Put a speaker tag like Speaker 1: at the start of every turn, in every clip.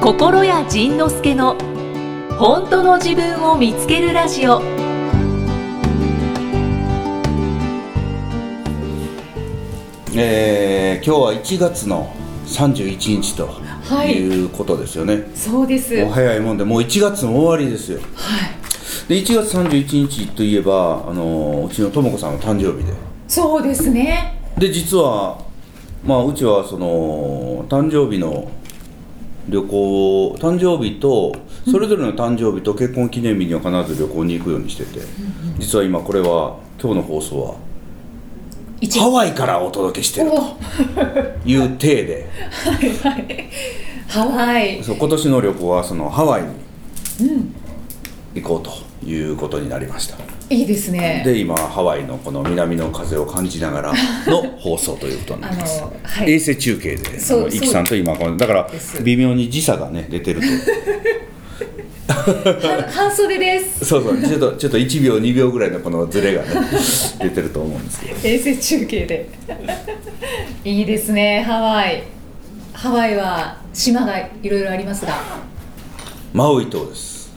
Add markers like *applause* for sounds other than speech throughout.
Speaker 1: 心谷仁之助の本当の自分を見つけるラジオ
Speaker 2: えー、今日は1月の31日と
Speaker 3: はい
Speaker 2: いうことですよね、
Speaker 3: そうです。
Speaker 2: もう早いもんでもう1月の終わりですよで1月31日といえば、あのーうちのとも子さんの誕生日で
Speaker 3: そうですね。
Speaker 2: で実は、まあ、うちはその誕生日の旅行誕生日とそれぞれの誕生日と結婚記念日には必ず旅行に行くようにしてて、実は今これは今日の放送は
Speaker 3: 一
Speaker 2: ハワイからお届けしてる
Speaker 3: お
Speaker 2: という体で。
Speaker 3: ハワイ。
Speaker 2: そう今年の旅行はそのハワイに行こうということになりました、
Speaker 3: いいですね。
Speaker 2: で今ハワイのこの南の風を感じながらの放送ということにな
Speaker 3: あ
Speaker 2: ります
Speaker 3: のはい。
Speaker 2: 衛星中継で
Speaker 3: そう
Speaker 2: あの
Speaker 3: そう
Speaker 2: イキさんと今このだから
Speaker 3: です
Speaker 2: 微妙に時差がね出てる
Speaker 3: *laughs* は半袖です。
Speaker 2: とそうそうちょっとちょっと1秒2秒ぐらいのこのズレが
Speaker 3: *laughs*
Speaker 2: ね出てると思うんですけど
Speaker 3: 衛星中継で。いいですね。ハワイ。ハワイは島がいろいろありますが。
Speaker 2: マウイ島です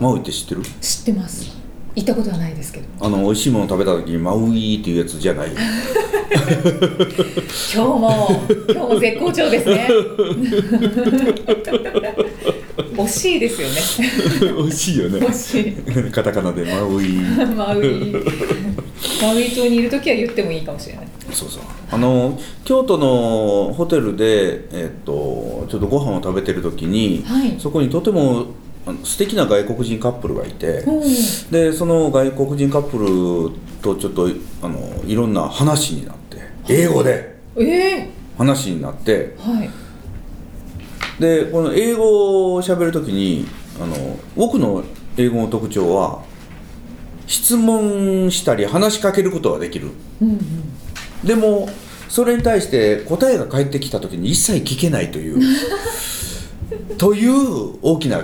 Speaker 2: マウイって知ってる
Speaker 3: 知ってます。行ったことはないですけど。
Speaker 2: あの美味しいもの食べた時にマウイっていうやつじゃ
Speaker 3: *laughs*
Speaker 2: ないよ
Speaker 3: 今日も今日も絶好調ですね。惜しいですよね。
Speaker 2: 美味しいよね
Speaker 3: 惜しい。
Speaker 2: カタカナでマウイ
Speaker 3: マウイマウイ島にいるときは言ってもいいかもしれない
Speaker 2: そうそうあの京都のホテルで、えっとちょっとご飯を食べてる時に、
Speaker 3: はい
Speaker 2: そこにとてもあの素敵な外国人カップルがいて、
Speaker 3: うん
Speaker 2: でその外国人カップルとちょっとあのいろんな話になって英語で
Speaker 3: え
Speaker 2: 話になって
Speaker 3: えはい
Speaker 2: でこの英語を喋る時にあの僕の英語の特徴は質問したり話しかけることができる
Speaker 3: うんうん
Speaker 2: でもそれに対して答えが返ってきた時に一切聞けないという
Speaker 3: *laughs*
Speaker 2: という大きな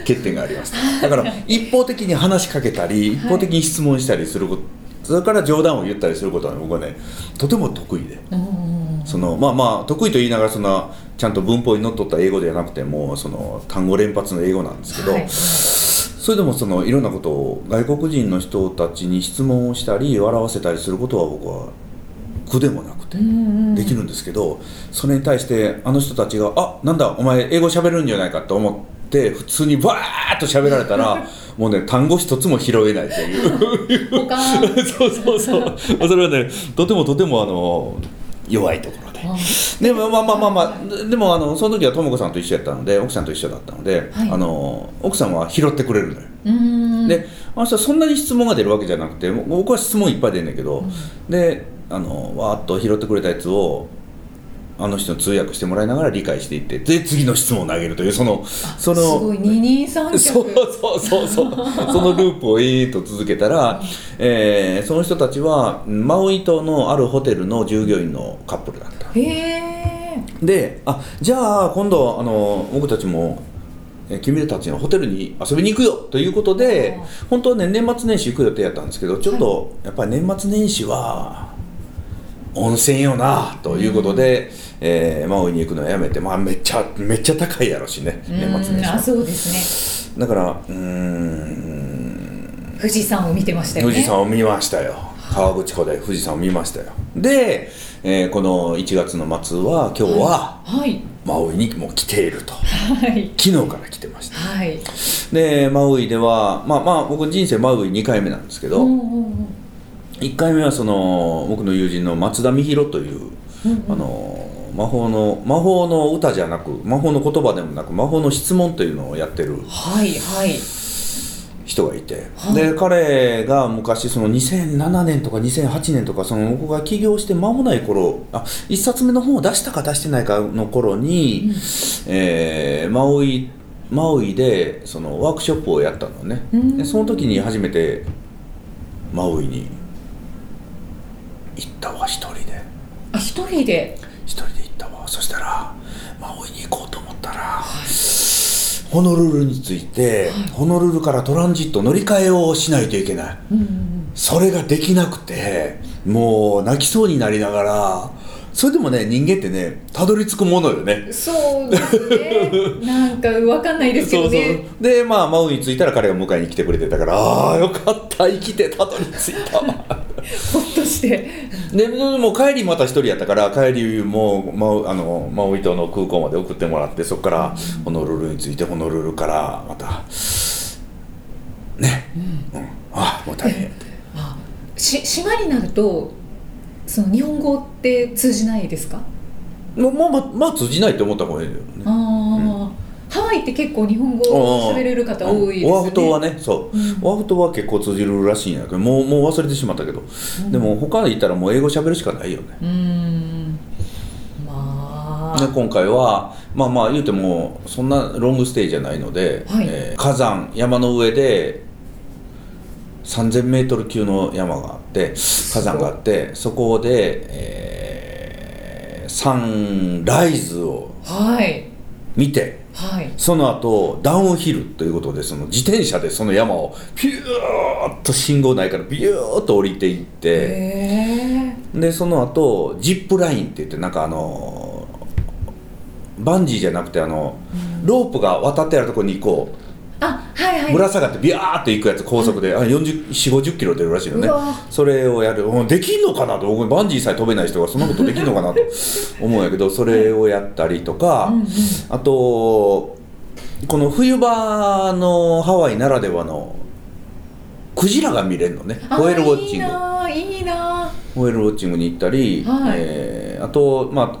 Speaker 2: 欠点がありますだから一方的に話しかけたり一方的に質問したりすること、それから冗談を言ったりすることは僕はねとても得意で
Speaker 3: うん
Speaker 2: そのまあまあ得意と言いながらそんなちゃんと文法にのっとった英語ではなくてもうその単語連発の英語なんですけど、
Speaker 3: はい
Speaker 2: それでもそのいろんなことを外国人の人たちに質問をしたり笑わせたりすることは僕は苦でもなくて
Speaker 3: うんうん
Speaker 2: できるんですけど、それに対してあの人たちが「あなんだお前英語喋るんじゃないか」と思って普通にバーッと喋られたらもうね単語一つも拾えないという
Speaker 3: ポカーン
Speaker 2: そうそうそうそれはねとてもとてもあの弱いところで。
Speaker 3: あ
Speaker 2: でもまあまあまあまあででもあのその時はとも子さんと一緒やったので奥さんと一緒だったので、
Speaker 3: はい
Speaker 2: あの奥さんは拾ってくれるのよ、
Speaker 3: うん
Speaker 2: であの人はそんなに質問が出るわけじゃなくてもう僕は質問いっぱい出るんだけど、であのわーっと拾ってくれたやつをあの人の通訳してもらいながら理解していってで次の質問を投げるというそのその
Speaker 3: すごい二人三脚
Speaker 2: そうそうそうそうそのループをえーと続けたら、えーその人たちはマウイ島のあるホテルの従業員のカップルだった
Speaker 3: へえ
Speaker 2: であじゃあ今度あの僕たちもえー君たちのホテルに遊びに行くよということで
Speaker 3: あ
Speaker 2: 本当はね年末年始行く予定やったんですけどちょっとやっぱり年末年始は温泉よなということで、えーマウイに行くのはやめて、まあ、めっちゃめっちゃ高いやろしね年末
Speaker 3: うん
Speaker 2: 年
Speaker 3: あ
Speaker 2: 始
Speaker 3: そうです
Speaker 2: だからうーん
Speaker 3: ね富士山を見てましたよね
Speaker 2: 富士山を見ましたよ河口湖で富士山を見ましたよで、えーこの1月の末は今日は、
Speaker 3: はい
Speaker 2: マウイにも来ていると
Speaker 3: はい
Speaker 2: 昨日から来てました
Speaker 3: はい
Speaker 2: でマウイではまあまあ僕人生マウイ2回目なんですけ
Speaker 3: う
Speaker 2: ど、
Speaker 3: んうんうん
Speaker 2: 1回目はその僕の友人の松田美弘という、
Speaker 3: うんうん
Speaker 2: あの魔法の魔法の歌じゃなく魔法の言葉でもなく魔法の質問というのをやってる
Speaker 3: はいはい
Speaker 2: 人がいて、
Speaker 3: はい
Speaker 2: で彼が昔その2007年とか2008年とかその僕が起業して間もない頃あ1冊目の本を出したか出してないかの頃に、えーマウイマウイでそのワークショップをやったのね、
Speaker 3: うん
Speaker 2: でその時に初めてマウイに行ったわ一人で
Speaker 3: あ一人で
Speaker 2: 一人で行ったわそしたらマウイに行こうと思ったらホノルルについて、ホノルルからトランジット乗り換えをしないといけない
Speaker 3: うんうんうん
Speaker 2: それができなくてもう泣きそうになりながらそれでもね人間ってねたどり着くものよね
Speaker 3: そうです
Speaker 2: *laughs*
Speaker 3: ねなんかわかんないですけ
Speaker 2: そ
Speaker 3: ど
Speaker 2: うそ
Speaker 3: ね
Speaker 2: うでまあマウイに着いたら彼が迎えに来てくれてたからああよかった生きてたどり着いたわ
Speaker 3: ほっとして
Speaker 2: ででもう帰りまた一人やったから帰りもマウあのマウイ島の空港まで送ってもらってそこからホノルルに着いてホノルルからまたね、うんああもう大変やって
Speaker 3: あし島になるとその日本語って通じないですか
Speaker 2: まあまあまあ通じないって思った方がいいよね
Speaker 3: ああ、ハワイって結構日本語を喋れる方多いですよね
Speaker 2: うんオアフ島はねそう、
Speaker 3: うん
Speaker 2: オアフ島は結構通じるらしいんやけどもうもう忘れてしまったけど、でも他に行ったらもう英語喋るしかないよね
Speaker 3: うーんま
Speaker 2: で
Speaker 3: あ
Speaker 2: 今回はまあまあ言うてもそんなロングステイじゃないので、
Speaker 3: はい
Speaker 2: えー火山山の上で 3000m 級の山があって火山があってそこで、えーサンライズを
Speaker 3: はい
Speaker 2: 見て
Speaker 3: はい
Speaker 2: その後ダウンヒルということでその自転車でその山をピューッと信号ないからビューッと降りていっ
Speaker 3: へ
Speaker 2: て
Speaker 3: え
Speaker 2: でその後ジップラインって言ってなんかあのバンジーじゃなくてあのロープが渡ってあるところにこ
Speaker 3: あはいは
Speaker 2: う
Speaker 3: い
Speaker 2: ぶら下がってビャーッと行くやつ高速であ40 4 5 0キロ出るらしいよね
Speaker 3: うわ
Speaker 2: それをやるうんできんのかなと僕バンジーさえ飛べない人がそんなことできんのか
Speaker 3: *laughs*
Speaker 2: なと思うんやけどそれをやったりとか。
Speaker 3: うんうん
Speaker 2: あとこの冬場のハワイならではのクジラが見れるのね
Speaker 3: あ
Speaker 2: ホエールウォッチング
Speaker 3: いいなあいいなあ
Speaker 2: ホエールウォッチングに行ったり、
Speaker 3: はい
Speaker 2: えーあと、ま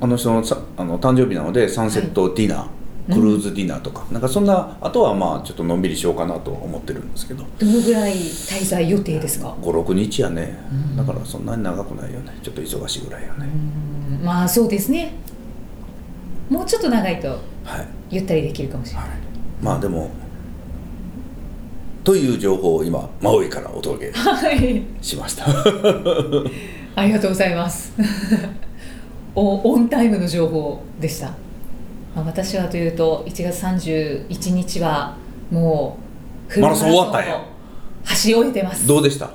Speaker 2: あ、あの人のさあの誕生日なのでサンセットディナー、クルーズディナーとか、なんかそんなあとはまあちょっとのんびりしようかなとは思ってるんですけど
Speaker 3: どのぐらい滞在予定ですか
Speaker 2: 56日やね、だからそんなに長くないよねちょっと忙しいぐらいよね、
Speaker 3: うんまあそうですねもうちょっと長いと
Speaker 2: はい
Speaker 3: ゆったりできるかも
Speaker 2: *laughs*
Speaker 3: しれない
Speaker 2: まあでもという情報を今マオイからお届け
Speaker 3: はい
Speaker 2: しました *laughs*
Speaker 3: ありがとうございます *laughs* おオンタイムの情報でした、まあ、私はというと1月31日はもうフル
Speaker 2: マラソン終わったんや
Speaker 3: マラソンを走り終えてます
Speaker 2: どうでした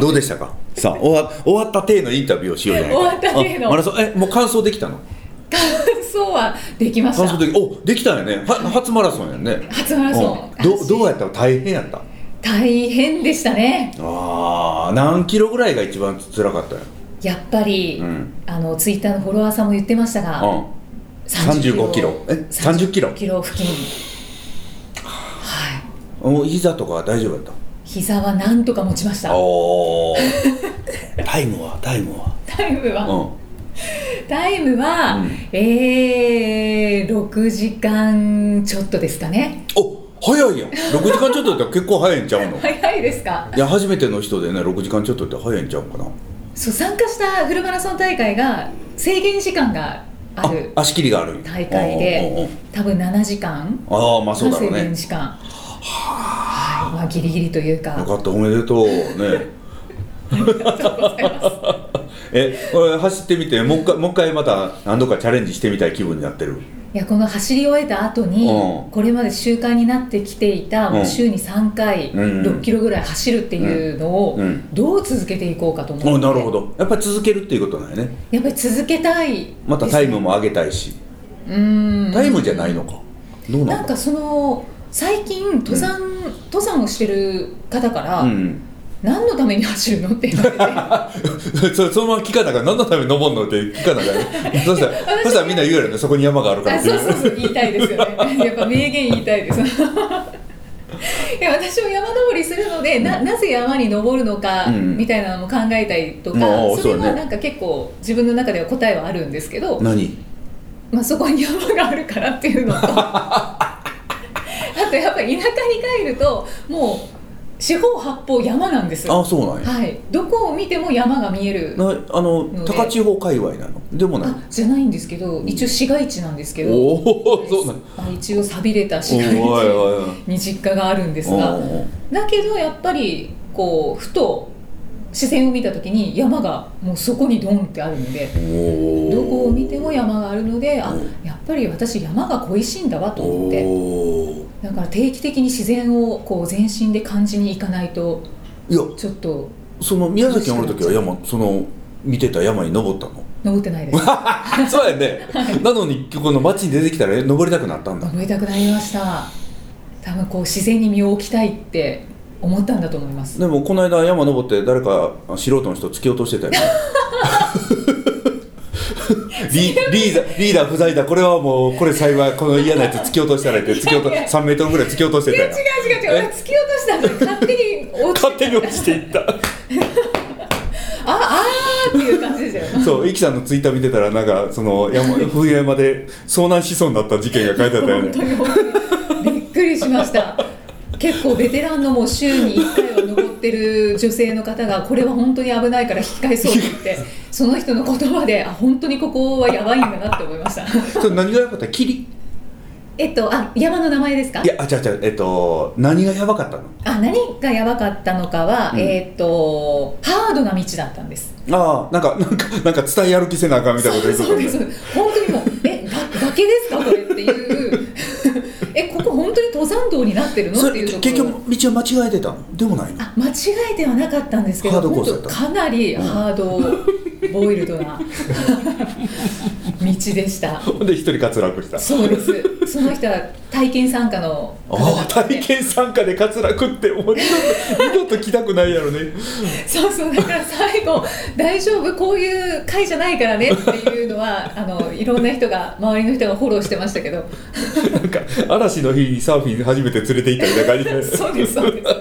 Speaker 2: どうでしたかさあ終わ終わった体のインタビューをしようじゃないか
Speaker 3: 終わった体の
Speaker 2: あマラソンえもう完走できたの
Speaker 3: *laughs* そうはできまし
Speaker 2: 完
Speaker 3: た
Speaker 2: 走できおできたんやねは初マラソンやね
Speaker 3: 初マラソン
Speaker 2: うんどうどう
Speaker 3: 走
Speaker 2: やったの大変やった
Speaker 3: 大変でしたね
Speaker 2: あー何キロぐらいが一番辛かったよ、
Speaker 3: やっぱり、
Speaker 2: うん
Speaker 3: あのツイッターのフォロワーさんも言ってましたが、
Speaker 2: う35キロえ30キロ
Speaker 3: キロ付近はい
Speaker 2: ん、お膝とかは大丈夫やった
Speaker 3: 膝はなんとか持ちました
Speaker 2: おお *laughs* タイムはタイムは
Speaker 3: タイムは、
Speaker 2: う
Speaker 3: タイムは、
Speaker 2: うん
Speaker 3: えー、6時間ちょっとですかね
Speaker 2: んお早いやん6時間ちょっとやったら結構早いんちゃうの
Speaker 3: 早いですか
Speaker 2: いや初めての人でね6時間ちょっとって早いんちゃうかな
Speaker 3: そう参加したフルマラソン大会が制限時間がある
Speaker 2: 足切りがある
Speaker 3: 大会で多分7時間
Speaker 2: おうおうおうああまあそうだろう
Speaker 3: 制限
Speaker 2: ね
Speaker 3: 時間はい、まあ、ギリギリという
Speaker 2: よ
Speaker 3: か
Speaker 2: かったおめでとうね *laughs* えこれ走ってみてもう一回もう一回また何度かチャレンジしてみたい気分になってる
Speaker 3: いやこの走り終えた後に
Speaker 2: うん
Speaker 3: これまで習慣になってきていた、もう
Speaker 2: うん
Speaker 3: 週に3回
Speaker 2: うん
Speaker 3: 6キロぐらい走るっていうのを
Speaker 2: うんうん
Speaker 3: どう続けていこうかと思って、
Speaker 2: おなるほどやっぱり続けるっていうことなんやね
Speaker 3: やっぱり続けたい、
Speaker 2: またタイムも上げたいし
Speaker 3: うーん
Speaker 2: タイムじゃないのかどうな
Speaker 3: なんん
Speaker 2: だ
Speaker 3: かその最近登山、登山をしてる方から、
Speaker 2: うん、
Speaker 3: 何のために走るのって言われ
Speaker 2: *laughs*
Speaker 3: て
Speaker 2: そそのまま聞かなから何のために登んのって聞かな
Speaker 3: *laughs*
Speaker 2: からそしたらそしたらみんな言うやろねそこに山があるから
Speaker 3: あ
Speaker 2: ってい
Speaker 3: そううそうそう言いたいですよねやっぱ名言言いたいです *laughs* いや私も山登りするので、ななぜ山に登るのか
Speaker 2: うん
Speaker 3: みたいなのも考えたりとか、
Speaker 2: ああ
Speaker 3: それ
Speaker 2: そうだ
Speaker 3: は
Speaker 2: ね
Speaker 3: なんか結構自分の中では答えはあるんですけど、
Speaker 2: 何
Speaker 3: まあ、そこに山があるからっ
Speaker 2: *laughs*
Speaker 3: ていうのとあとやっぱり田舎に帰るともう四方八方山なんですよ
Speaker 2: あそうなんや
Speaker 3: はい、どこを見ても山が見える
Speaker 2: なあの
Speaker 3: ので
Speaker 2: 高千穂界隈なのでもない
Speaker 3: あじゃないんですけど一応市街地なんですけど
Speaker 2: おおそうなん
Speaker 3: あ一応寂れた市
Speaker 2: おい
Speaker 3: 街
Speaker 2: おいおい
Speaker 3: 地に実家があるんです
Speaker 2: おう
Speaker 3: が
Speaker 2: おうおう
Speaker 3: だけどやっぱりこうふと視線を見た時に山がもうそこにドンってあるので
Speaker 2: お
Speaker 3: どこを見ても山があるのであ
Speaker 2: おう
Speaker 3: やっぱり私山が恋しいんだわと思って
Speaker 2: お
Speaker 3: だから定期的に自然をこう全身で感じに行かないと
Speaker 2: いや
Speaker 3: ちょっと
Speaker 2: その宮崎におる時は山その見てた山に登ったの
Speaker 3: 登ってないです
Speaker 2: *laughs* そうやねなのにこの街に出てきたらえ登りたくなったんだ
Speaker 3: 登りたくなりました多分こう自然に身を置きたいって思ったんだと思います
Speaker 2: でもこの間山登って誰か素人の人突き落として *laughs* たよねリリーダーリーダー不在だこれはもうこれ幸いこの嫌なやつ突き落としたらって突き落と
Speaker 3: いやいや
Speaker 2: 3メートルぐらい突き落として
Speaker 3: い
Speaker 2: た
Speaker 3: や違
Speaker 2: よ
Speaker 3: う違う違う俺
Speaker 2: え
Speaker 3: 突き落としたんで勝手に落ち
Speaker 2: *laughs* 勝手に落ちていった
Speaker 3: ああーっていう感じですよ
Speaker 2: そう、イキさんのツイッター見てたら、なんか、その *laughs* 山、冬山で遭難しそうになった事件が書いてあったよ
Speaker 3: 本当
Speaker 2: ね。
Speaker 3: に本当にびっくりしました結構ベテランのもう週に1回は登ってる女性の方がこれは本当に危ないから引き返そうって言ってその人の言葉であ本当にここはやばいんだなって思いました
Speaker 2: それ何がやばかった霧
Speaker 3: えっとあ山の名前ですか
Speaker 2: いや、あ、違う違う、えっと、何がやばかったの
Speaker 3: あ何がやばかったのかは、
Speaker 2: うん
Speaker 3: えーっとハードな道だったんです
Speaker 2: ああ、なんか、なんか、なんか伝え歩きせなあかんみたいなこと言ってた
Speaker 3: そう
Speaker 2: よ
Speaker 3: で
Speaker 2: ね
Speaker 3: す本当にもうえが崖ですかこれっていう *laughs* えここ本当に登山道になってるの
Speaker 2: そ
Speaker 3: って
Speaker 2: れ
Speaker 3: いうところ
Speaker 2: 結局、道は間違えてたのでもないの
Speaker 3: あ間違えてはなかったんですけ
Speaker 2: ハ
Speaker 3: ど
Speaker 2: ードコースだっ
Speaker 3: 本
Speaker 2: た
Speaker 3: 当かなりハードボイル
Speaker 2: *laughs*
Speaker 3: ドな道でした
Speaker 2: ほんで、一人滑落した。
Speaker 3: そうですその人は体験参加の方だ
Speaker 2: ああ、
Speaker 3: ったんで
Speaker 2: 体験参加で滑落って、もう二度と、二度と来たくないやろね。
Speaker 3: そうそうだから最後「大丈夫こういう会じゃないからね」っていうのは *laughs* あのいろんな人が周りの人がフォローしてましたけど
Speaker 2: なんか、嵐の日にサーフィン初めて連れて行ったみたいな感じで。 *laughs*
Speaker 3: そうですそうですだ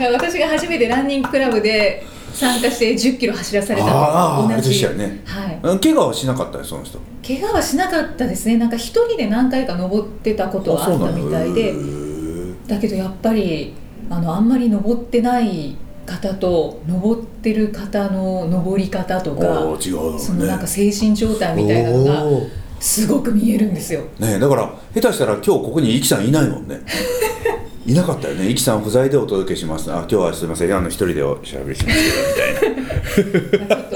Speaker 3: から私が初めてランニングクラブで参加して1 0キロ走らされた
Speaker 2: ああ
Speaker 3: のと同
Speaker 2: でし
Speaker 3: じ、
Speaker 2: たよね
Speaker 3: はい、
Speaker 2: うん怪我はしなかったよ、その人。
Speaker 3: 怪我はしなかったですねなんか一人で何回か登ってたことはあったみたいで
Speaker 2: あそうなんだ
Speaker 3: だけどやっぱりあのあんまり登ってない方と登ってる方の登り方と
Speaker 2: へー
Speaker 3: か
Speaker 2: おー違うのね
Speaker 3: そのなんか精神状態みたいなのが
Speaker 2: おー
Speaker 3: すごく見えるんですよ
Speaker 2: ねえだから下手したら今日ここにイキさんいないも
Speaker 3: *laughs*
Speaker 2: んねいなかったよねイキさん不在でお届けしますあ今日はすみませんあの一人でおしゃべりします
Speaker 3: ちょっ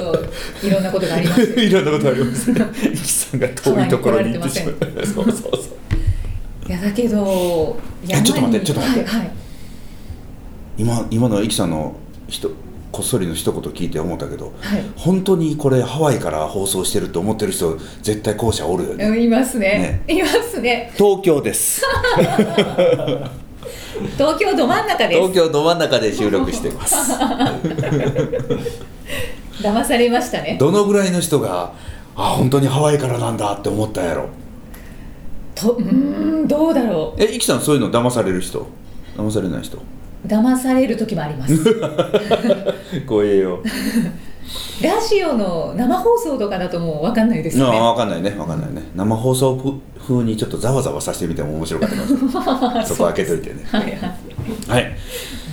Speaker 3: といろんなことがあり
Speaker 2: *laughs*
Speaker 3: まして
Speaker 2: いろんなことありますねイキさんが遠いところに行ってしま
Speaker 3: ハ
Speaker 2: うそうそうそう
Speaker 3: いやだけど
Speaker 2: えちょっと待って
Speaker 3: 山に
Speaker 2: ちょっと待って
Speaker 3: はいはい
Speaker 2: 今今のイキさんのひとこっそりの一言聞いて思ったけど
Speaker 3: はい
Speaker 2: 本当にこれハワイから放送してると思ってる人絶対後者おるよね
Speaker 3: うんいますねいますね
Speaker 2: 東京です
Speaker 3: 東京ど真ん中で
Speaker 2: 東京ど真ん中で収録してます
Speaker 3: す騙されましたね
Speaker 2: どのぐらいの人があ本当にハワイからなんだって思ったやろ
Speaker 3: とうーんどうだろ
Speaker 2: え、イキさんそういうの騙される人騙されない人
Speaker 3: う騙される時もあります
Speaker 2: *laughs* 怖えよ
Speaker 3: ラジオの生放送とかだともう分かんないです
Speaker 2: あ
Speaker 3: よね。
Speaker 2: あ分かんないね分かんないね生放送ふ風にちょっとざわざわさせてみても面白かったかもしれ *laughs* ないそこ開けといてね
Speaker 3: はいはい。
Speaker 2: はい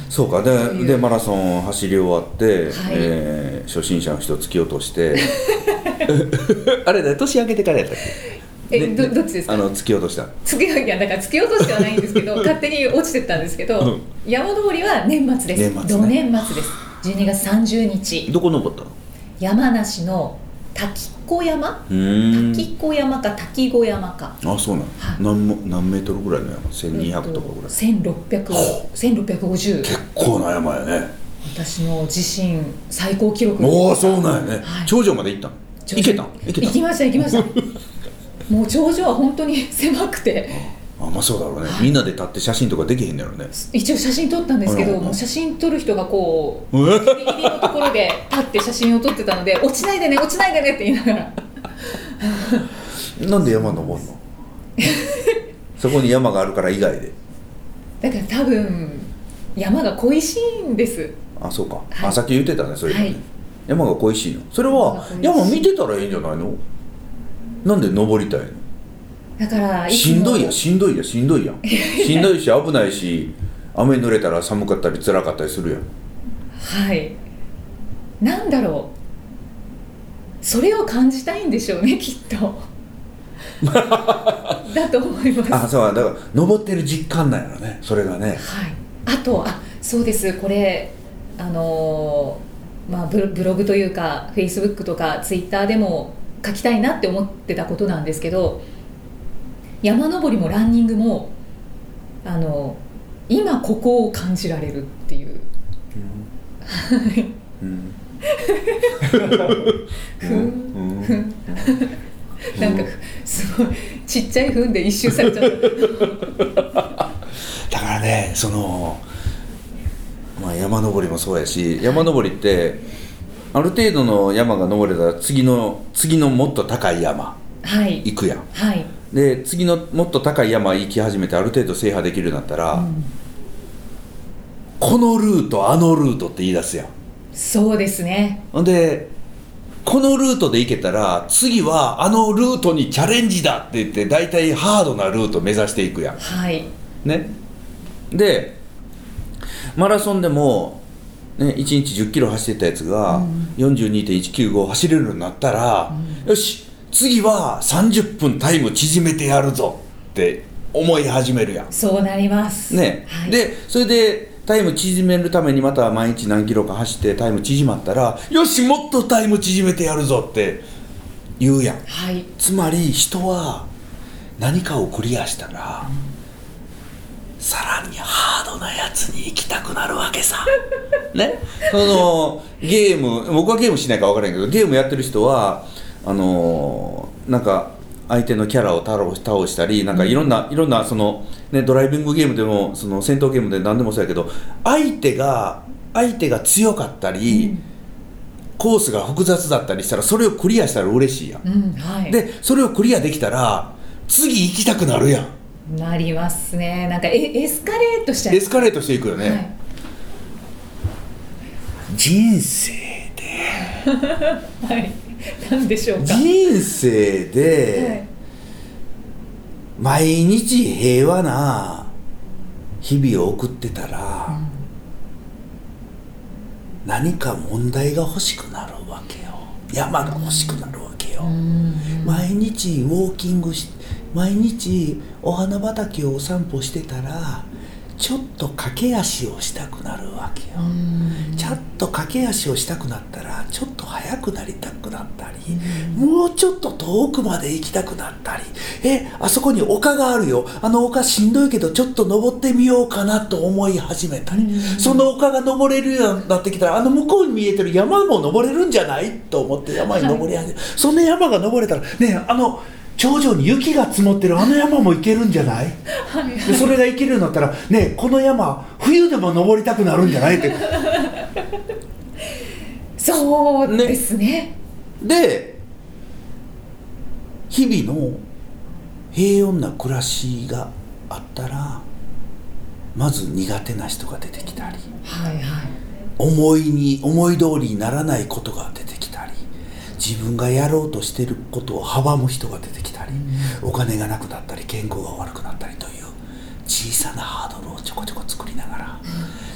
Speaker 2: そうかで
Speaker 3: そういう
Speaker 2: でマラソン走り終わって、えー初心者の人突き落として *laughs* あれだ年明けてからやったっけ
Speaker 3: え、
Speaker 2: ね
Speaker 3: どどっちです
Speaker 2: あ
Speaker 3: か。
Speaker 2: の突き落とした
Speaker 3: つけいやだからつけ落としてはないんですけど勝手に落ちてったんですけど、
Speaker 2: うん
Speaker 3: 山登りは年末です。
Speaker 2: 年末
Speaker 3: 同
Speaker 2: ね
Speaker 3: 年末です。12月30日
Speaker 2: どこ登ったの
Speaker 3: 山梨の滝子山、
Speaker 2: うーん
Speaker 3: 滝子山か滝子山か。
Speaker 2: あそうなの、
Speaker 3: はい
Speaker 2: 何も何メートルぐらいの山1200とかぐらい、
Speaker 3: 千六百千六百五十。
Speaker 2: 結構な山やね
Speaker 3: 私の自身最高記録。
Speaker 2: おおそうなんやね、
Speaker 3: はい
Speaker 2: 頂上まで行ったの行けたん行けた
Speaker 3: 行き
Speaker 2: ん
Speaker 3: ました行き
Speaker 2: *laughs*
Speaker 3: ました。もう頂上は本当に狭くて。
Speaker 2: あまあそうだろうね、みんなで立って写真とかできへんのやろね
Speaker 3: 一応写真撮ったんですけ
Speaker 2: うん
Speaker 3: ど、
Speaker 2: うんうん
Speaker 3: もう写真撮る人がこう
Speaker 2: うわ
Speaker 3: ギリギリのところで立って写真を撮ってたので落ちないでね落ちないでねって言いながら
Speaker 2: なんで山登
Speaker 3: *laughs*
Speaker 2: るのそこに山があるから以外で
Speaker 3: だから多分山が恋しいんです
Speaker 2: あそうか、
Speaker 3: はい
Speaker 2: あさっき言ってたねそれ、ね
Speaker 3: はい
Speaker 2: 山が恋しいのそれは
Speaker 3: 山
Speaker 2: 山
Speaker 3: が恋しい
Speaker 2: 見てたらいいんじゃないのなんで登りたいの
Speaker 3: だからつ
Speaker 2: し
Speaker 3: も
Speaker 2: んどいやんしんどいやんしんどいや
Speaker 3: *laughs*
Speaker 2: んしんどいし危ないし雨に濡れたら寒かったり辛かったりす
Speaker 3: *laughs*
Speaker 2: るやん
Speaker 3: はいなんだろうそれを感じたいんでしょうねきっとだと思います
Speaker 2: あそうだから登ってる実感なんやろねそれがね
Speaker 3: はい、あとあそうですこれあのーまあブロブログというかフェイスブックとかツイッターでも書きたいなって思ってたことなんですけど山登りもランニングもあの今ここを感じられるっていう
Speaker 2: うん
Speaker 3: ふん
Speaker 2: うん
Speaker 3: ふんなんかすごいちっちゃいふんで一周されちゃった
Speaker 2: だからねその、まあ、山登りもそうやし山登りってある程度の山が登れたら次の次のもっと高い山
Speaker 3: はい
Speaker 2: 行くやん
Speaker 3: はい、
Speaker 2: で次のもっと高い山行き始めてある程度制覇できるようになったら、
Speaker 3: うん
Speaker 2: このルートあのルートって言い出すやん
Speaker 3: そうですね
Speaker 2: ほんでこのルートで行けたら次はあのルートにチャレンジだって言って大体ハードなルート目指していくやん
Speaker 3: はい
Speaker 2: ねでマラソンでも、ね、1日1 0キロ走ってたやつが、
Speaker 3: うん
Speaker 2: 42.195走れるようになったら、よし次は30分タイム縮めてやるぞって思い始めるやん
Speaker 3: そうなります
Speaker 2: ね、
Speaker 3: はい、
Speaker 2: でそれでタイム縮めるためにまた毎日何キロか走ってタイム縮まったらよしもっとタイム縮めてやるぞって言うやん
Speaker 3: はい
Speaker 2: つまり人は何かをクリアしたら、さらにハードなやつに行きたくなるわけさねそのゲーム僕はゲームしないから分からへんけどゲームやってる人はあのーなんか相手のキャラを倒倒したりなんかいろんな、いろんなその、ね、ドライビングゲームでもその戦闘ゲームで何でもそうやけど相手が相手が強かったり、
Speaker 3: うん
Speaker 2: コースが複雑だったりしたらそれをクリアしたら嬉しいやん
Speaker 3: うんはい
Speaker 2: でそれをクリアできたら次行きたくなるやん
Speaker 3: なりますねなんかエエスカレートしちゃい
Speaker 2: エ
Speaker 3: ま
Speaker 2: スカレートしていくよね、
Speaker 3: すはい
Speaker 2: 人生
Speaker 3: はい、何でしょうか。
Speaker 2: 人生
Speaker 3: はい
Speaker 2: で毎日平和な日々を送ってたら、何か問題が欲しくなるわけよ山が欲しくなるわけよ、毎日ウォーキングし毎日お花畑をお散歩してたらちょっと駆け足をしたくなるわけよ、ちゃんと駆け足をしたくなったらちょっと速くなりたくなったり、もうちょっと遠くまで行きたくなったりえあそこに丘があるよあの丘しんどいけどちょっと登ってみようかなと思い始めたり、その丘が登れるようになってきたらあの向こうに見えてる山も登れるんじゃないと思って山に登り始め、その山が登れたらねえあの頂上に雪が積もってるあの山も行けるんじゃないでそれが行けるようになったらねえこの山冬でも登りたくなるんじゃないって
Speaker 3: そうですね。
Speaker 2: で日々の平穏な暮らしがあったらまず苦手な人が出てきたり
Speaker 3: はいはい。
Speaker 2: 思いに思い通りにならないことが出てきたり自分がやろうとしてることを阻む人が出てきたり、お金がなくなったり健康が悪くなったりという小さなハードルをちょこちょこ作りながら、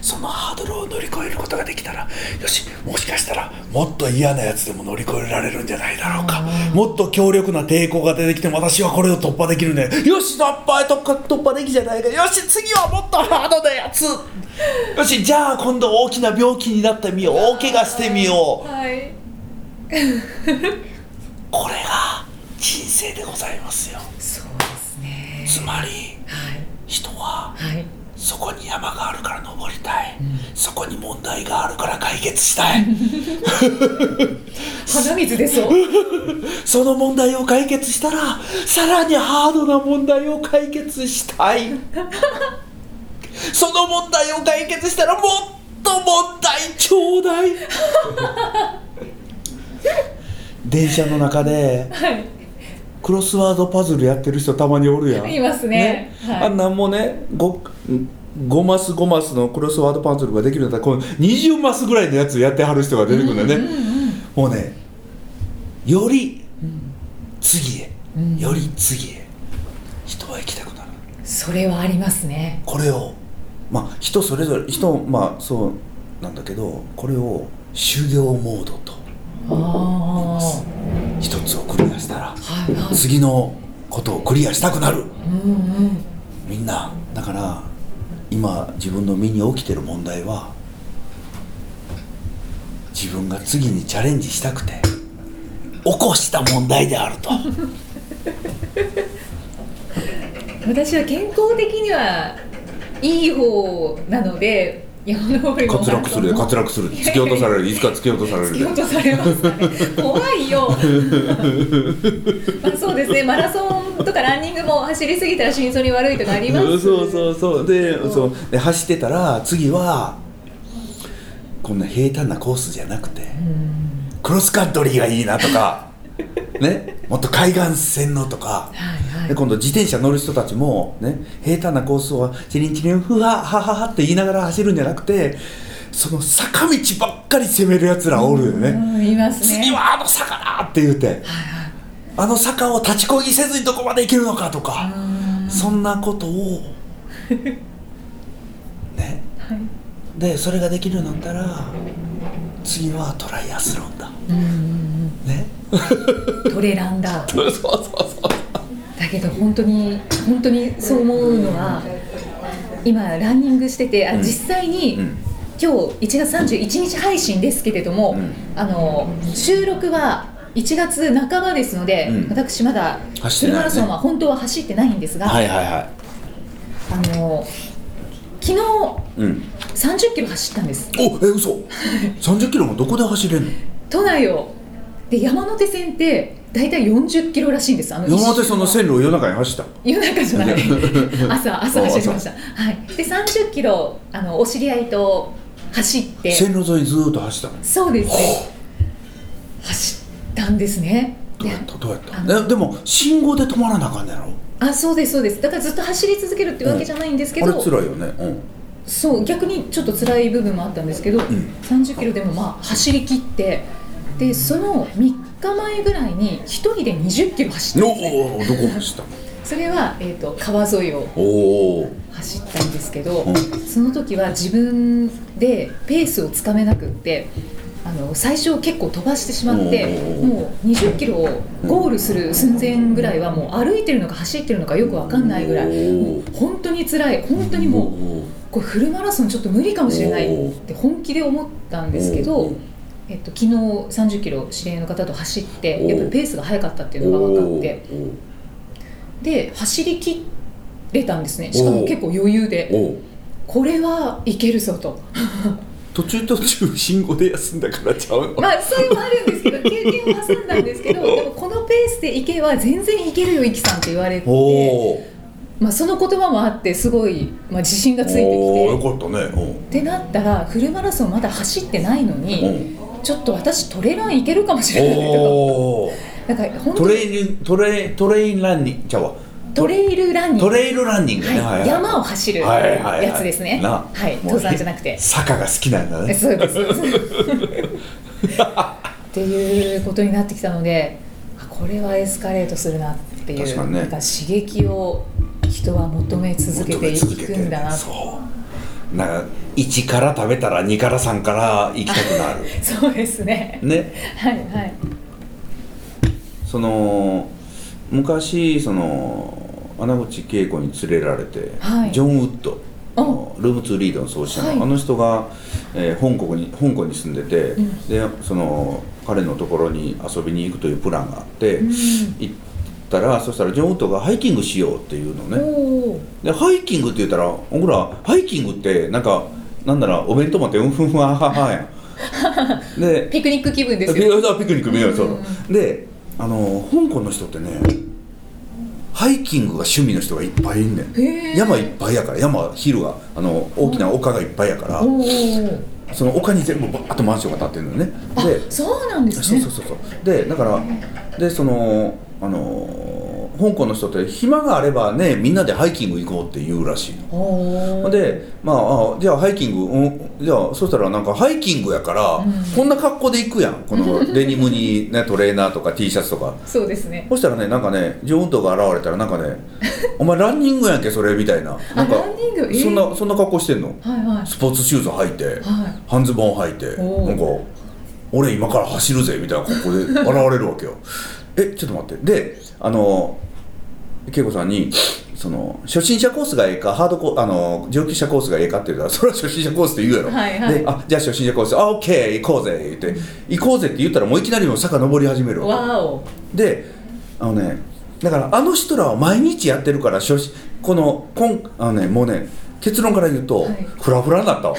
Speaker 2: そのハードルを乗り越えることができたらよしもしかしたらもっと嫌なやつでも乗り越えられるんじゃないだろうかもっと強力な抵抗が出てきても私はこれを突破できるねよし突破突破突破できじゃないかよし次はもっとハードなやつよしじゃあ今度大きな病気になってみよう大怪我してみよう
Speaker 3: はい。
Speaker 2: これが人生でございますよ
Speaker 3: そうですね。
Speaker 2: つまり
Speaker 3: はい
Speaker 2: 人は
Speaker 3: はい。
Speaker 2: そこに山があるから登りたい、そこに問題があるから解決したい
Speaker 3: 鼻水出そう。
Speaker 2: その問題を解決したらさらにハードな問題を解決したいその問題を解決したらもっと問題ちょうだい電車の中で
Speaker 3: はい。
Speaker 2: クロスワードパズルやってる人たまにおるやん
Speaker 3: いますねはい
Speaker 2: あんなんもね 5, 5マス5マスのクロスワードパズルができるんだったらこの20マスぐらいのやつやってはる人が出てくるんだよね、もうねより次へ、より次へ人は行きたくなる
Speaker 3: それはありますね。
Speaker 2: これをまあ人それぞれ人まあそうなんだけどこれを修行モードと
Speaker 3: ああ。は
Speaker 2: 一つをクリアしたら
Speaker 3: いはい。
Speaker 2: 次のことをクリアしたくなる
Speaker 3: うんうん。
Speaker 2: みんなだから今自分の身に起きてる問題は自分が次にチャレンジしたくて起こした問題であると
Speaker 3: *laughs* 私は健康的には。いい方なので。山登りも
Speaker 2: 滑落するで滑落する突き落とされるいつか突き落とされる
Speaker 3: 突き
Speaker 2: で
Speaker 3: 落とされますかね怖
Speaker 2: *laughs*
Speaker 3: いよまあそうですねマラソンとかランニングも走りすぎたら心臓に悪いとかあります
Speaker 2: うんそうそうそうで
Speaker 3: うん
Speaker 2: そうで走ってたら次はこんな平坦なコースじゃなくて
Speaker 3: うん
Speaker 2: クロスカントリーがいいなと
Speaker 3: *laughs*
Speaker 2: かねもっと海岸線のとか
Speaker 3: はいはい
Speaker 2: で今度自転車乗る人たちも、ね、平坦なコースをチリンチリンふわはははって言いながら走るんじゃなくてその坂道ばっかり攻めるやつらおるよね、
Speaker 3: うんいますね
Speaker 2: 次はあの坂だって言うて、あの坂を立ちこぎせずにどこまで行けるのかとか、
Speaker 3: あ
Speaker 2: そんなことを
Speaker 3: *laughs*
Speaker 2: ね
Speaker 3: ーはい
Speaker 2: でそれができるようになったら次はトライアスロンだ
Speaker 3: うんうん
Speaker 2: ね
Speaker 3: うんトレランだ
Speaker 2: *laughs* そうそうそう
Speaker 3: だけど本当に本当にそう思うのは今ランニングしててあ
Speaker 2: うん
Speaker 3: 実際に、
Speaker 2: うん
Speaker 3: 今日1月31日配信ですけれど
Speaker 2: う
Speaker 3: も、
Speaker 2: ん
Speaker 3: あの収録は1月半ばですので、
Speaker 2: うん
Speaker 3: 私まだ
Speaker 2: 走
Speaker 3: フ
Speaker 2: ってないね
Speaker 3: ルマラソンは本当は走ってないんですが、
Speaker 2: はいはいは
Speaker 3: あの昨日
Speaker 2: いうん
Speaker 3: 30キロ走ったんです
Speaker 2: おえ嘘30キロもどこで走れんの
Speaker 3: 都内をで山手線って大体40キロらしいんですあの
Speaker 2: 山手その
Speaker 3: 一周
Speaker 2: 線路を夜中に走った
Speaker 3: 夜中じゃない
Speaker 2: *laughs*
Speaker 3: 朝朝
Speaker 2: あ
Speaker 3: 走り
Speaker 2: *laughs*
Speaker 3: ましたはいで30キロあのお知り合いと走って
Speaker 2: 線路沿いにずーっと走ったの
Speaker 3: そうですね走ったんですね
Speaker 2: どうやったどうやっ
Speaker 3: あの
Speaker 2: たえでも信号で止まらなあかんねやろ
Speaker 3: あそうですそうですだからずっと走り続けるってわけじゃないんですけ
Speaker 2: あ
Speaker 3: ど、
Speaker 2: れ辛いよねうん
Speaker 3: そう逆にちょっと辛い部分もあったんですけど、30キロでもまあ走り切ってでその3日前ぐらいに一人で20キロ走ったんですね
Speaker 2: おおどこ走ったの
Speaker 3: それは、えー、と川沿いを
Speaker 2: おお
Speaker 3: 走ったんですけど、
Speaker 2: うん
Speaker 3: その時は自分でペースをつかめなくってあの最初結構飛ばしてしまって
Speaker 2: おー
Speaker 3: もう20キロをゴールする寸前ぐらいはもう歩いてるのか走ってるのかよく分かんないぐらい
Speaker 2: おー
Speaker 3: もう本当に辛い本当にもうこれフルマラソンちょっと無理かもしれないって本気で思ったんですけど、えっと、昨日30キロ知り合いの方と走ってやっぱりペースが速かったっていうのが分かってで走り切れたんですねしかも結構余裕で
Speaker 2: おお
Speaker 3: これはいけるぞと
Speaker 2: 途中途中信号で休んだからちゃうの
Speaker 3: まあそれもあるんです
Speaker 2: *laughs*
Speaker 3: けど経験を挟んだんですけどでもこのペースでいけば全然いけるよいきさんって言われて、
Speaker 2: おー
Speaker 3: まあ、その言葉もあってすごい、まあ、自信がついてき
Speaker 2: おー
Speaker 3: て
Speaker 2: よ。かったね
Speaker 3: ってなったらフルマラソンまだ走ってないの *laughs*
Speaker 2: うんう
Speaker 3: に
Speaker 2: ん
Speaker 3: ちょっと私トレラン行ける *laughs* かもしれないと
Speaker 2: おお
Speaker 3: かなんか本当
Speaker 2: ト
Speaker 3: に
Speaker 2: レイルトレイトレインランニングちゃうわ
Speaker 3: トレイルランニング
Speaker 2: トレイルランニングね
Speaker 3: はい山を走る
Speaker 2: はいはいはい
Speaker 3: やつですね
Speaker 2: な
Speaker 3: はい
Speaker 2: もう
Speaker 3: 登山じゃなくて
Speaker 2: 坂が好きなんだね
Speaker 3: そうです
Speaker 2: *laughs*
Speaker 3: そうですっていうことになってきたのであこれはエスカレートするなっていう
Speaker 2: 確かにね
Speaker 3: なんか刺激を人は求め続けていくんだな
Speaker 2: そ
Speaker 3: そう
Speaker 2: なんか1から食べたら2から3から行きたくな
Speaker 3: *laughs*
Speaker 2: る
Speaker 3: うですね
Speaker 2: ね
Speaker 3: はいはい
Speaker 2: その昔その穴口恵子に連れられて、
Speaker 3: はい
Speaker 2: ジョン・ウッド
Speaker 3: あ
Speaker 2: ルームツーリードの創始者の、
Speaker 3: はい
Speaker 2: あの人が、えー香港に香港に住んでて、
Speaker 3: ん
Speaker 2: でその彼のところに遊びに行くというプランがあって、
Speaker 3: うん
Speaker 2: 行ったらそしたらジョン・ウッドがハイキングしようっていうのね
Speaker 3: お
Speaker 2: で
Speaker 3: ー
Speaker 2: ハイキングって言ったら僕らハイキングってなんかなんならお弁当持ってうんふんふんあははやん
Speaker 3: *laughs*
Speaker 2: で
Speaker 3: ピクニック気分です
Speaker 2: ピ
Speaker 3: よ
Speaker 2: ピクニック見ようそう
Speaker 3: うんうん
Speaker 2: であの香港の人ってねハイキングが趣味の人がいっぱいいんね
Speaker 3: へ
Speaker 2: ん
Speaker 3: ー
Speaker 2: 山いっぱいやから山昼があの大きな丘がいっぱいやから、
Speaker 3: おー
Speaker 2: その丘に全部バーッとマンションが建ってるのね
Speaker 3: あ
Speaker 2: で
Speaker 3: そうなんですね
Speaker 2: そうそうそうそうでだからでそのあの香港の人って暇があればねみんなでハイキング行こうって言うらしいの
Speaker 3: おー
Speaker 2: でまああじゃあハイキング、うん、じゃあそしたらなんかハイキングやから、
Speaker 3: ん
Speaker 2: こんな格好で行くやんこのデニムに、ね、トレーナーとか T シャツとか
Speaker 3: そうですね
Speaker 2: そしたらねなんかねジョンウッドが現れたらなんか
Speaker 3: *laughs*
Speaker 2: ね「お前ランニングやんけそれ」みたいななんか
Speaker 3: ランニングえー
Speaker 2: そんなそんな格好してんの
Speaker 3: はいはい
Speaker 2: スポーツシューズ履いて、
Speaker 3: はい
Speaker 2: 半ズボン履いて
Speaker 3: おー
Speaker 2: なんか「俺今から走るぜ」みたいな格好で現れるわけよ *laughs* えちょっと待ってであの恵子さんにその初心者コースがええかハードコーあの上級者コースがええかって言ったらそれは初心者コースって言うやろ、
Speaker 3: はいはい
Speaker 2: であじゃあ初心者コースあオッケー行こうぜって行こうぜって言ったらもういきなりもう坂登り始めるわけ
Speaker 3: わお
Speaker 2: であのねだからあの人らは毎日やってるから初心このこんあのねもうね結論から言うと、
Speaker 3: はい
Speaker 2: フラフラにな
Speaker 3: *laughs*
Speaker 2: ったわ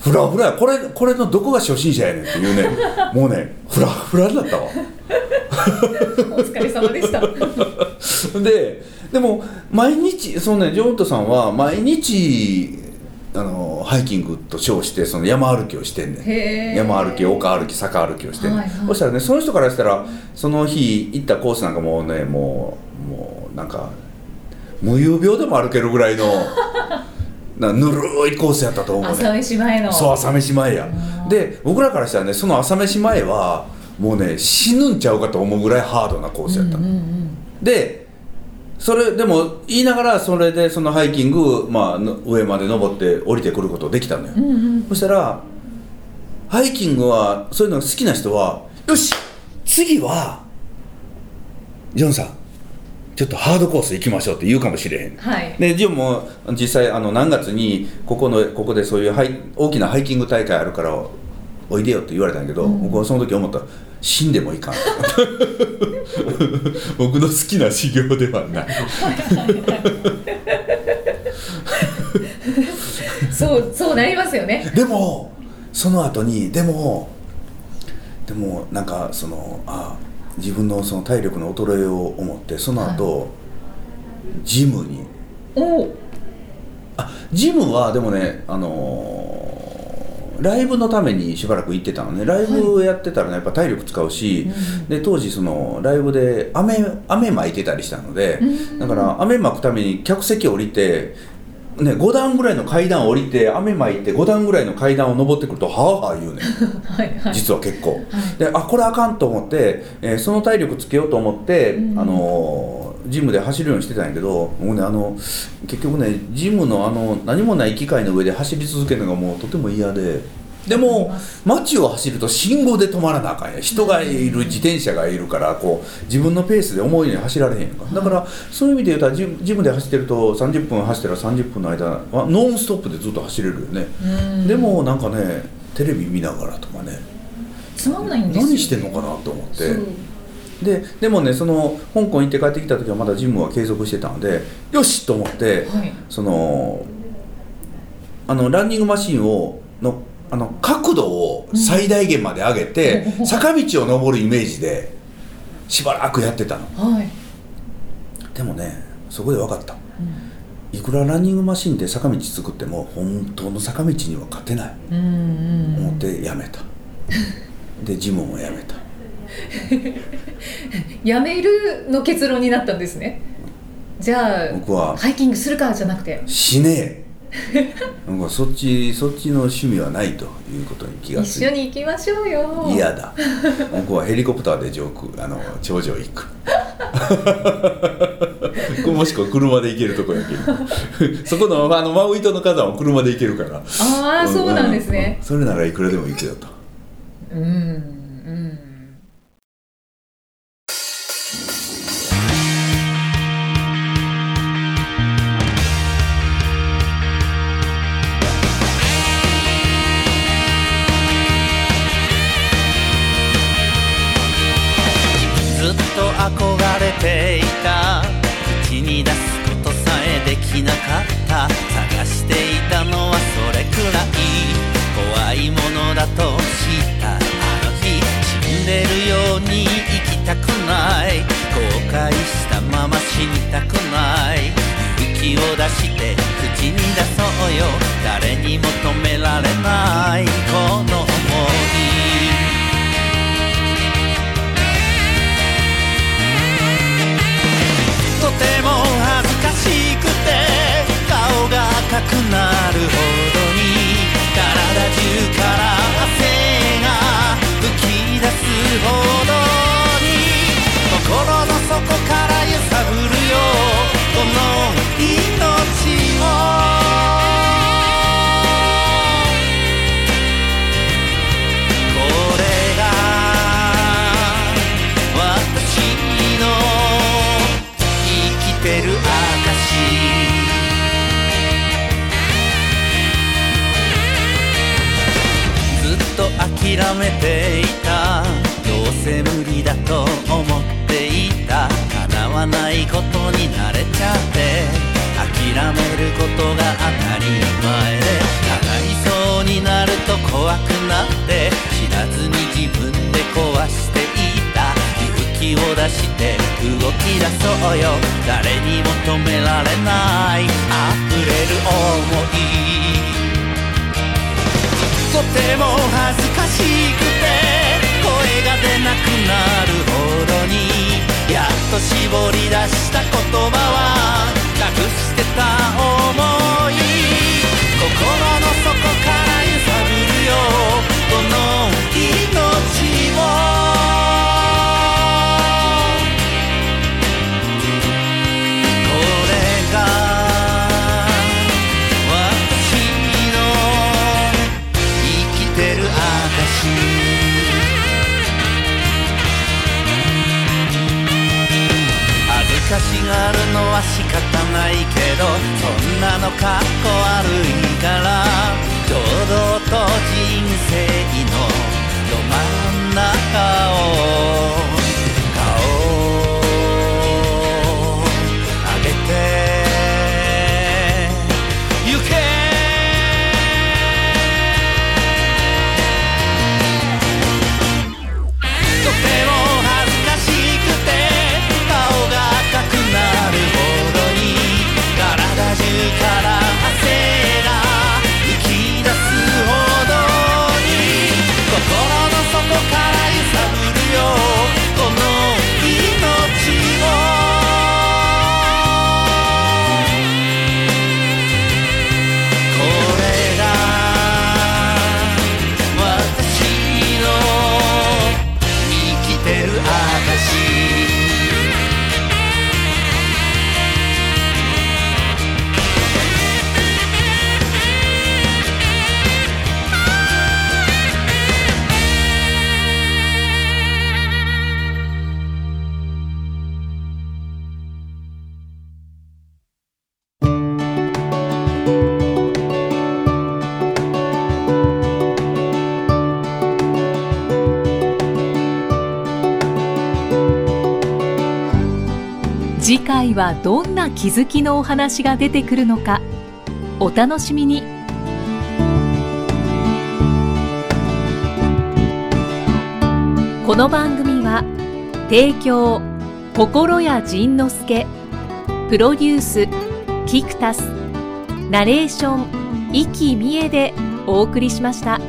Speaker 2: フラフラやこれこれのどこが初心者やねんっていうねもうねフラフラになったわ
Speaker 3: お疲れ様
Speaker 2: *laughs*
Speaker 3: でした
Speaker 2: ででも毎日そのねジョートさんは毎日あのハイキングと称してその山歩きをしてんねん
Speaker 3: へえ
Speaker 2: 山歩き丘歩き坂歩きをして、
Speaker 3: はいはい
Speaker 2: そしたらねその人からしたらその日行ったコースなんかもうねもうもうなんか無遊病でも歩けるぐらいの
Speaker 3: *laughs*
Speaker 2: なぬるいコースやったと思うね
Speaker 3: 朝飯前の
Speaker 2: そう朝飯前や
Speaker 3: うん
Speaker 2: で僕らからしたらねその朝飯前はもうね死ぬんちゃうかと思うぐらいハードなコースやった、
Speaker 3: うんうんうん
Speaker 2: でそれでも言いながらそれでそのハイキング、まあ、の上まで登って降りてくることできたのよ、
Speaker 3: うんうん
Speaker 2: そしたらハイキングはそういうのが好きな人はよし次はジョンさんちょっとハードコース行きましょうって言うかもしれへん
Speaker 3: はい
Speaker 2: でジョンも実際あの何月にここのここでそういうハイ大きなハイキング大会あるからおいでよって言われたんやけど、
Speaker 3: うん
Speaker 2: 僕はその時思った死んでもいかん *laughs* 僕の好きな修行ではない
Speaker 3: そうそうなりますよね
Speaker 2: でもその後にでもでもなんかそのあ自分のその体力の衰えを思ってその後、ジムに
Speaker 3: おお
Speaker 2: あジムはでもねあのーライブのためにしばらく行ってたのねライブやってたらねやっぱ体力使うし、
Speaker 3: うん
Speaker 2: で当時そのライブで雨雨巻いてたりしたので、
Speaker 3: うん
Speaker 2: だから雨巻くために客席降りて、ね、5段ぐらいの階段降りて雨巻いて5段ぐらいの階段を登ってくるとはあはあ言うねん
Speaker 3: はいはい
Speaker 2: 実は結構、
Speaker 3: はい
Speaker 2: であこれあかんと思って、えーその体力つけようと思って、
Speaker 3: うん
Speaker 2: あのージムで走るようにしてたんやけどもうねあの結局ねジムのあの何もない機械の上で走り続けるのがもうとても嫌ででも街を走ると信号で止まらなあかんや人がいる自転車がいるからこう自分のペースで思うように走られへんやんかだからそういう意味で言うたらジムジムで走ってると30分走ったら30分の間はノンストップでずっと走れるよね、
Speaker 3: うん
Speaker 2: でもなんかねテレビ見ながらとかね
Speaker 3: つまんないんですよ
Speaker 2: 何してんのかなと思って
Speaker 3: そう
Speaker 2: ででもねその香港行って帰ってきた時はまだジムは継続してたのでよしと思って、
Speaker 3: はい
Speaker 2: そのあのランニングマシンをのあの角度を最大限まで上げて、
Speaker 3: うん
Speaker 2: 坂道を登るイメージでしばらくやってたの
Speaker 3: はい、
Speaker 2: でもねそこで分かった
Speaker 3: うん
Speaker 2: いくらランニングマシンで坂道作っても本当の坂道には勝てない
Speaker 3: うんうん
Speaker 2: 思ってやめた、でジムもやめた
Speaker 3: やめるの結論になったんですねじゃ
Speaker 2: 僕は
Speaker 3: あハイキングするかじゃなくて
Speaker 2: しねえなんかそっちそっちの趣味はないということに気がつ
Speaker 3: 一緒
Speaker 2: いて
Speaker 3: に行きましょうよ
Speaker 2: 嫌だ僕はヘリコプターで上空あの頂上へ行
Speaker 3: *laughs*
Speaker 2: くもしくは車で行けるとこやけど *laughs* そこのあのマウイ島の火山は車で行けるから
Speaker 3: ああそうなんですね
Speaker 2: うんそれならいくらでも行くよと
Speaker 3: うんうん
Speaker 4: ずっと憧れていた口に出すことさえできなかった探していたのはそれくらい怖いものだと知ったあの日死んでるように生きたくない後悔したまま死にたくない勇気を出して口に出そうよ誰にも止められないこの想いとても恥ずかしくて顔が赤くなるほどに体中から汗が吹き出すほどに心の底から揺さぶるよこの命をこれが私の生きてる証ずっと諦めていたどうせ無理だと思っていた叶わないことに慣れちゃって諦めることが当た動き出そうよ誰にも止められない溢れる想いとても恥ずかしくて声が出なくなるほどにやっと絞り出した言葉は隠してた想い心の底から揺さぶるよこの命をこれが私の生きてる証恥ずかしがるのは仕方ないけどそんなのかっこ悪いから堂々と人生のど真ん中を顔を上げてゆけとても恥ずかしくて顔が赤くなるほどに体中から汗が浮き出すほどに心の底から揺さぶるよこの命をこれが私の生きてる証
Speaker 1: 次回はどんな気づきのお話が出てくるのかお楽しみにこの番組は提供心谷仁之助プロデュースキクタスナレーション生きみえでお送りしました。